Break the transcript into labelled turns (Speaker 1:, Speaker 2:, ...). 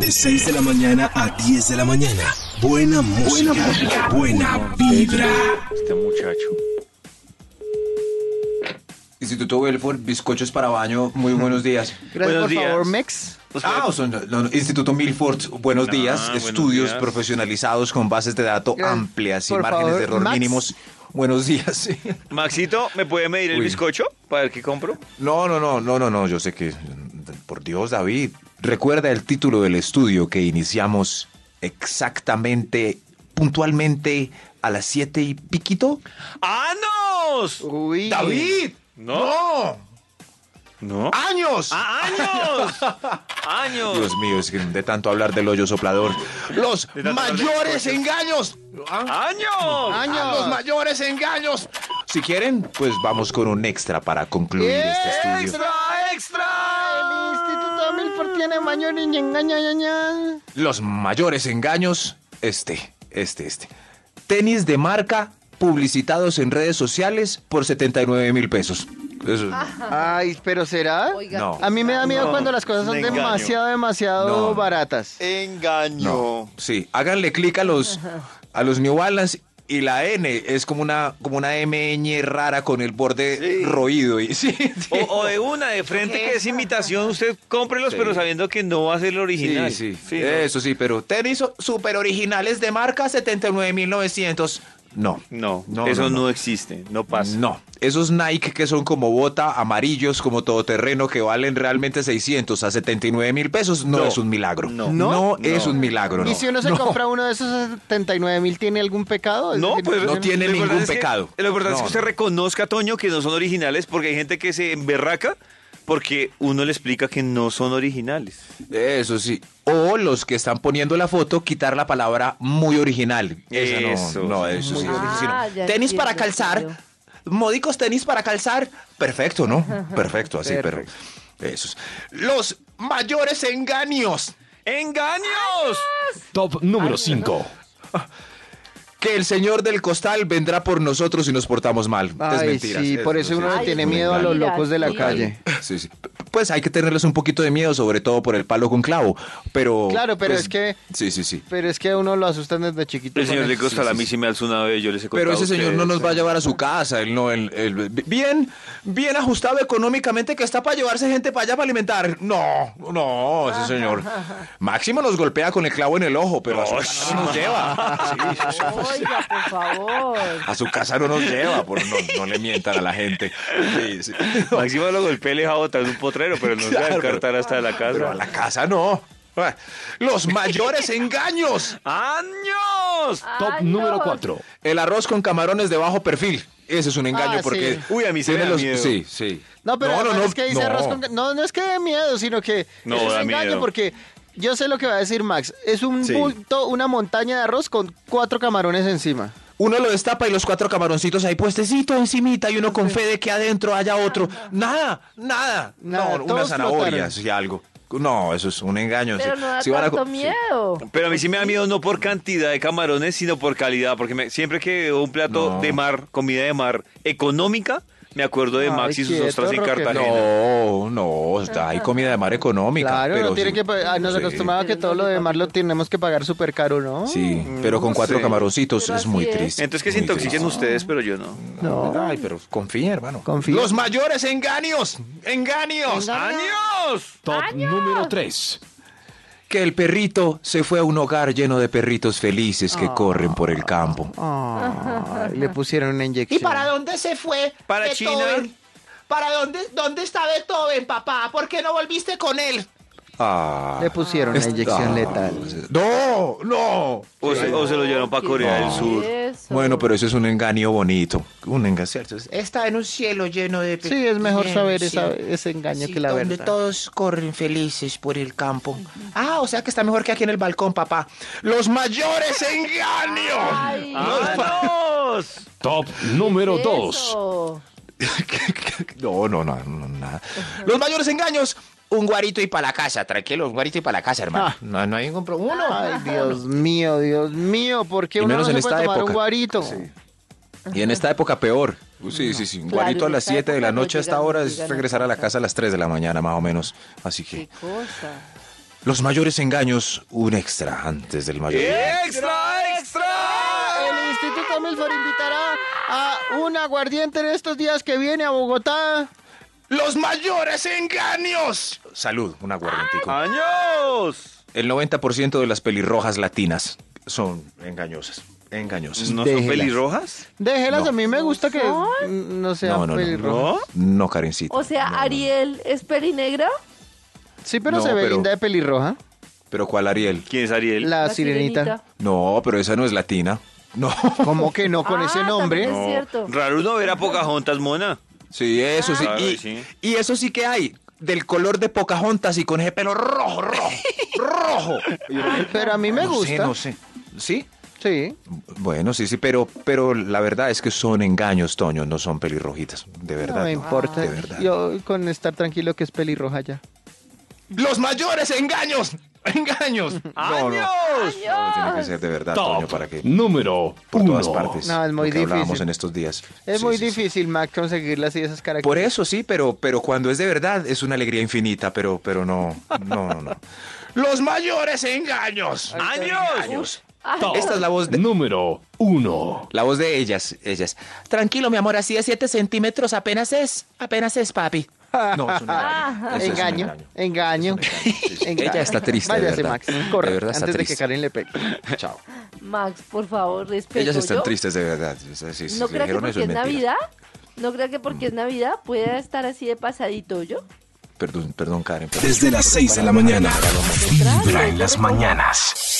Speaker 1: De 6 de la mañana a 10 de la mañana. Buena música. Buena, vibra.
Speaker 2: Este muchacho.
Speaker 3: Instituto Belfort, bizcochos para baño, muy buenos días.
Speaker 4: Gracias,
Speaker 2: Buenos
Speaker 4: por favor,
Speaker 2: días.
Speaker 4: Mex.
Speaker 3: Ah, son- no, no, Instituto Milford, buenos
Speaker 2: Ah,
Speaker 3: días.
Speaker 2: buenos
Speaker 3: Estudios
Speaker 2: días.
Speaker 3: profesionalizados con bases de datos
Speaker 4: Gracias.
Speaker 3: amplias y
Speaker 4: Por
Speaker 3: márgenes
Speaker 4: favor,
Speaker 3: de error
Speaker 4: Max.
Speaker 3: mínimos. Buenos días.
Speaker 2: Maxito, ¿me puede medir el
Speaker 3: Uy.
Speaker 2: bizcocho para ver qué compro?
Speaker 3: No, no, no, no, no, no, yo sé que, por Dios, David, recuerda el título del estudio que iniciamos exactamente, puntualmente a las siete y piquito.
Speaker 2: ¡Años!
Speaker 4: Uy.
Speaker 3: ¡David!
Speaker 2: No.
Speaker 3: ¡No!
Speaker 2: ¿No?
Speaker 3: Ah, ¡Años!
Speaker 2: ¡Años! ¡Años!
Speaker 3: Dios mío, es que de tanto hablar del hoyo soplador. Los
Speaker 2: De tanto hablar de
Speaker 3: mayores engaños. Ah,
Speaker 2: ¡Años!
Speaker 3: Los
Speaker 4: Años.
Speaker 3: mayores engaños. Si quieren, pues vamos con un extra para concluir este estudio.
Speaker 2: ¡Extra, extra!
Speaker 4: El Instituto Milford tiene mayor y engaña, ña, ña.
Speaker 3: Los mayores engaños. Este, este, este. Tenis de marca publicitados en redes sociales por 79 mil pesos. Eso-
Speaker 4: Ay, pero será.
Speaker 5: Oiga,
Speaker 3: No.
Speaker 4: A mí me da miedo
Speaker 2: No,
Speaker 4: cuando las cosas son
Speaker 2: me engaño. Eh,
Speaker 4: demasiado, demasiado
Speaker 3: No.
Speaker 4: baratas.
Speaker 2: Engaño.
Speaker 3: No. Sí, háganle clic a los, a los New Balance y la N es como una, como una MN rara con el borde
Speaker 2: Sí. Oh,
Speaker 3: roído. Y, sí, sí.
Speaker 2: O, o de una, de frente, que es imitación, usted cómprelos,
Speaker 3: Sí.
Speaker 2: pero sabiendo que no va a ser el original.
Speaker 3: Sí, sí.
Speaker 2: ¿no?
Speaker 3: Eso sí, pero tenis super originales de marca 79.900. No.
Speaker 2: No, eso no, existe, no pasa.
Speaker 3: No, esos Nike que son como bota, amarillos, como todoterreno, que valen realmente 600 a 79 mil pesos, no,
Speaker 2: No,
Speaker 3: es un milagro.
Speaker 2: no, no.
Speaker 3: no, es un milagro.
Speaker 4: y
Speaker 3: no.
Speaker 4: si uno se
Speaker 3: No.
Speaker 4: compra uno de esos a 79 mil, ¿tiene algún pecado? Es
Speaker 2: No,
Speaker 4: decir,
Speaker 2: pues
Speaker 3: no tiene
Speaker 2: lo importante
Speaker 3: ningún
Speaker 2: es que-
Speaker 3: pecado.
Speaker 2: lo importante es
Speaker 3: No,
Speaker 2: que usted
Speaker 3: no.
Speaker 2: reconozca, Toño, que no son originales porque hay gente que se emberraca porque uno le explica que no son originales.
Speaker 3: Eso sí. O los que están poniendo la foto, quitar la palabra muy original. Esa no,
Speaker 2: Eso,
Speaker 3: no,
Speaker 2: sí.
Speaker 3: eso sí.
Speaker 5: Muy original.
Speaker 3: sí, no.
Speaker 5: Ah, ya
Speaker 3: Tenis para
Speaker 5: entiendo,
Speaker 3: calzar.
Speaker 5: Mario.
Speaker 3: Módicos tenis para calzar. Perfecto, ¿no? Perfecto, así, pero.
Speaker 2: Perfecto.
Speaker 3: Esos. Los mayores engaños.
Speaker 2: ¡Engaños!
Speaker 6: Top número 5.
Speaker 3: Que el señor del costal vendrá por nosotros si nos portamos mal. es
Speaker 4: Ay,
Speaker 3: mentira.
Speaker 4: sí, por eso uno
Speaker 3: sí,
Speaker 4: le
Speaker 3: es
Speaker 4: tiene
Speaker 3: un
Speaker 4: miedo a
Speaker 3: engaño.
Speaker 4: los locos de la
Speaker 5: Sí.
Speaker 4: calle.
Speaker 3: Sí, sí. P- Pues hay que tenerles un poquito de miedo, sobre todo por el palo con clavo. Pero.
Speaker 4: Claro, pero
Speaker 3: pues,
Speaker 4: es que-
Speaker 3: Sí, sí, sí.
Speaker 4: Pero es que a uno lo asustan desde chiquito.
Speaker 2: El
Speaker 4: con
Speaker 2: señor
Speaker 4: eso.
Speaker 2: de Costa a mí sí me alzó una vez, yo les he contado
Speaker 3: Pero ese
Speaker 2: a
Speaker 3: señor no
Speaker 2: ustedes.
Speaker 3: nos va a llevar a su casa, él no, él- él- bien, bien ajustado económicamente que está para llevarse gente para allá para alimentar. No, no, ese señor. Máximo nos golpea con el clavo en el ojo, pero a su casa no nos lleva. Sí,
Speaker 5: Oiga, por favor.
Speaker 3: a su casa no nos lleva, por no, no le mientan a la gente. Sí, sí.
Speaker 2: Máximo lo golpeé, le deja botar un potrero, pero no se va a
Speaker 3: Claro, pero-
Speaker 2: encartar hasta la
Speaker 3: Pero a
Speaker 2: casa.
Speaker 3: la casa no. Los mayores engaños.
Speaker 2: ¡Años!
Speaker 6: Top
Speaker 5: Ay,
Speaker 6: número
Speaker 5: no.
Speaker 6: 4.
Speaker 3: El arroz con camarones de bajo perfil. Ese es un engaño
Speaker 4: Ah,
Speaker 3: porque...
Speaker 4: sí.
Speaker 2: Uy, a mí se me
Speaker 3: tiene
Speaker 2: da miedo.
Speaker 3: Sí, sí.
Speaker 4: No, pero
Speaker 3: no,
Speaker 4: además es que dice
Speaker 3: no.
Speaker 4: arroz con... No, no es que dé miedo, sino que
Speaker 2: No,
Speaker 4: eso es
Speaker 2: da
Speaker 4: engaño
Speaker 2: miedo.
Speaker 4: porque yo sé lo que va a decir Max. Es un
Speaker 2: Sí.
Speaker 4: bulto, una montaña de arroz con cuatro camarones encima.
Speaker 3: Uno lo destapa y los cuatro camaroncitos ahí puestecito encimita y uno con fe de que adentro haya otro. Nada, nada.
Speaker 4: Ah, Nada,
Speaker 3: no, unas
Speaker 4: todos
Speaker 3: zanahorias
Speaker 4: flotaron.
Speaker 3: y algo. No, eso es un engaño.
Speaker 5: Pero
Speaker 3: sí.
Speaker 5: no da
Speaker 3: Si van a co-
Speaker 5: tanto
Speaker 3: sí.
Speaker 5: miedo.
Speaker 2: Pero a mí sí me da miedo no por cantidad de camarones, sino por calidad, porque me- siempre que veo un plato
Speaker 3: No.
Speaker 2: de mar, comida de mar económica, me acuerdo de
Speaker 4: Ay,
Speaker 2: Max y sus
Speaker 4: quieto,
Speaker 2: ostras en
Speaker 4: Roque,
Speaker 2: Cartagena.
Speaker 3: No, no, está- hay comida de mar económica.
Speaker 4: Claro,
Speaker 3: pero
Speaker 4: no tiene
Speaker 3: sí.
Speaker 4: que pa- ah, nos
Speaker 3: Sí.
Speaker 4: acostumbraba que todo lo de mar lo tenemos que pagar súper caro, ¿no?
Speaker 3: Sí, pero con
Speaker 2: no
Speaker 3: cuatro
Speaker 2: sé.
Speaker 3: camaroncitos
Speaker 5: Pero
Speaker 3: es
Speaker 5: así
Speaker 3: muy
Speaker 5: es.
Speaker 3: triste.
Speaker 2: Entonces que se
Speaker 3: muy
Speaker 2: intoxiquen
Speaker 3: triste.
Speaker 2: ustedes, pero yo no.
Speaker 4: No.
Speaker 3: Ay, pero confía, hermano.
Speaker 4: Confía.
Speaker 3: Los mayores engaños, engaños.
Speaker 2: ¡Años!
Speaker 6: Top número 3.
Speaker 3: Que el perrito se fue a un hogar lleno de perritos felices
Speaker 4: Ah.
Speaker 3: que corren por el campo.
Speaker 4: Ay, le pusieron una inyección.
Speaker 7: dónde se fue?
Speaker 2: Para Beethoven? China.
Speaker 7: ¿Para dónde, dónde está Beethoven, papá? ¿Por qué no volviste con él?
Speaker 3: Ah.
Speaker 4: Le pusieron una
Speaker 3: Está-
Speaker 4: inyección letal.
Speaker 3: No, no.
Speaker 2: O, se, o se lo llevaron para Corea
Speaker 3: No.
Speaker 2: del Sur.
Speaker 5: Eso.
Speaker 3: Bueno, pero eso es un engaño bonito. Un engaño, ¿cierto?
Speaker 7: Está en un cielo lleno de... pe-
Speaker 4: Sí, es mejor
Speaker 7: lleno,
Speaker 4: saber
Speaker 7: sí.
Speaker 4: esa- ese engaño
Speaker 7: Sí,
Speaker 4: que la
Speaker 7: donde
Speaker 4: verdad.
Speaker 7: todos corren felices por el campo. Ah, o sea que está mejor que aquí en el balcón, papá.
Speaker 3: Los mayores engaños.
Speaker 5: Ay,
Speaker 2: ¡Años!
Speaker 6: Top número 2.
Speaker 5: eso.
Speaker 3: No, no, no, no, nada. Los mayores engaños. Un guarito y para la casa, tranquilo, un guarito y para la casa, hermano.
Speaker 4: Ah.
Speaker 3: No, no hay ningún problema. Uno.
Speaker 5: Ah.
Speaker 4: Ay, Dios mío, Dios mío, ¿por qué
Speaker 3: Y
Speaker 4: uno
Speaker 3: menos
Speaker 4: no se
Speaker 3: en
Speaker 4: puede
Speaker 3: esta
Speaker 4: tomar un
Speaker 3: época.
Speaker 4: guarito?
Speaker 3: Y en esta época peor. Sí, sí, sí. Un
Speaker 5: Claro,
Speaker 3: guarito a
Speaker 5: en
Speaker 3: las
Speaker 5: esta
Speaker 3: 7 de la
Speaker 5: época no
Speaker 3: noche hasta
Speaker 5: llegan-
Speaker 3: ahora
Speaker 5: no
Speaker 3: es
Speaker 5: llegan a
Speaker 3: regresar a la
Speaker 5: casa.
Speaker 3: casa a las 3 de la mañana, más o menos. Así que.
Speaker 5: Qué cosa.
Speaker 3: Los mayores engaños, un extra antes del mayor.
Speaker 2: ¡Extra, extra!
Speaker 4: El Instituto Milford invitará a un aguardiente en estos días que viene a Bogotá.
Speaker 3: ¡Los mayores engaños! Salud, un aguardientico.
Speaker 2: Ah. ¡Años!
Speaker 3: El 90% de las pelirrojas latinas son engañosas. Engañosas.
Speaker 2: ¿No son
Speaker 3: Déjelas.
Speaker 2: pelirrojas?
Speaker 4: Déjelas,
Speaker 3: No.
Speaker 4: a mí me gusta que
Speaker 5: ¿No
Speaker 4: mm, no sea
Speaker 3: No, no, no.
Speaker 4: pelirroja.
Speaker 3: No, no Karencita.
Speaker 8: O sea,
Speaker 3: No, no, no.
Speaker 8: Ariel es pelinegra.
Speaker 4: Sí, pero
Speaker 3: No,
Speaker 4: se ve
Speaker 3: pero-
Speaker 4: linda de pelirroja.
Speaker 3: ¿Pero cuál Ariel?
Speaker 2: ¿Quién es Ariel?
Speaker 4: La,
Speaker 8: La
Speaker 4: Ah, sirenita.
Speaker 8: sirenita.
Speaker 3: No, pero esa no es latina. No.
Speaker 4: ¿Cómo que no con
Speaker 8: Ah,
Speaker 4: ese nombre?
Speaker 8: también es cierto.
Speaker 2: Raro uno ver a Pocahontas mona.
Speaker 3: Sí, eso sí.
Speaker 2: Ah,
Speaker 3: y,
Speaker 2: sí.
Speaker 3: y eso sí que hay. Del color de Pocahontas y con ese pelo rojo, rojo, rojo.
Speaker 4: Pero a mí me
Speaker 3: No sé,
Speaker 4: gusta.
Speaker 3: no sé. ¿Sí?
Speaker 4: Sí.
Speaker 3: Bueno, sí, sí, pero, pero la verdad es que son engaños, Toño, no son pelirrojitas. De verdad.
Speaker 4: no me importa.
Speaker 3: De verdad.
Speaker 4: Yo con estar tranquilo que es pelirroja ya.
Speaker 3: ¡Los mayores engaños! ¡Engaños! No, no. No, tiene que ser de verdad, Toño,
Speaker 6: Top
Speaker 3: para que
Speaker 6: número
Speaker 3: por todas
Speaker 6: uno.
Speaker 3: partes.
Speaker 4: No, es muy
Speaker 3: lo que hablábamos
Speaker 4: difícil.
Speaker 3: en estos días.
Speaker 4: Es
Speaker 3: Sí,
Speaker 4: muy
Speaker 3: sí, sí.
Speaker 4: difícil, Mac, conseguirlas y esas
Speaker 3: Por
Speaker 4: características.
Speaker 3: eso sí, pero, pero cuando es de verdad es una alegría infinita, pero, pero no, no, no, no. ¡Los mayores engaños!
Speaker 2: ¡Años!
Speaker 6: Top
Speaker 3: Esta es la voz de...
Speaker 6: número uno.
Speaker 3: La voz de ellas, ellas.
Speaker 7: Tranquilo, mi amor, así de 7 centímetros apenas es. Apenas es, papi.
Speaker 3: No, es un engaño. Eso es un
Speaker 4: Ah, Engaño, engaño. engaño.
Speaker 3: Ella está triste, de
Speaker 4: Váyase,
Speaker 3: verdad.
Speaker 4: Max.
Speaker 3: De
Speaker 4: Corre,
Speaker 3: verdad está
Speaker 4: antes de que
Speaker 3: triste.
Speaker 4: Karen le pegue.
Speaker 3: Chao.
Speaker 8: Max, por favor, respeto.
Speaker 3: Ellas están
Speaker 8: ¿yo?
Speaker 3: tristes de verdad. Sí, sí, sí,
Speaker 8: No
Speaker 3: si
Speaker 8: crea que
Speaker 3: dijeron eso
Speaker 8: porque
Speaker 3: es mentira.
Speaker 8: es Navidad, no crea que porque es Navidad pueda estar así de pasadito yo.
Speaker 3: Perdón, perdón, Karen. perdón.
Speaker 1: Desde las 6 de la mañana. Vibra en las mañanas.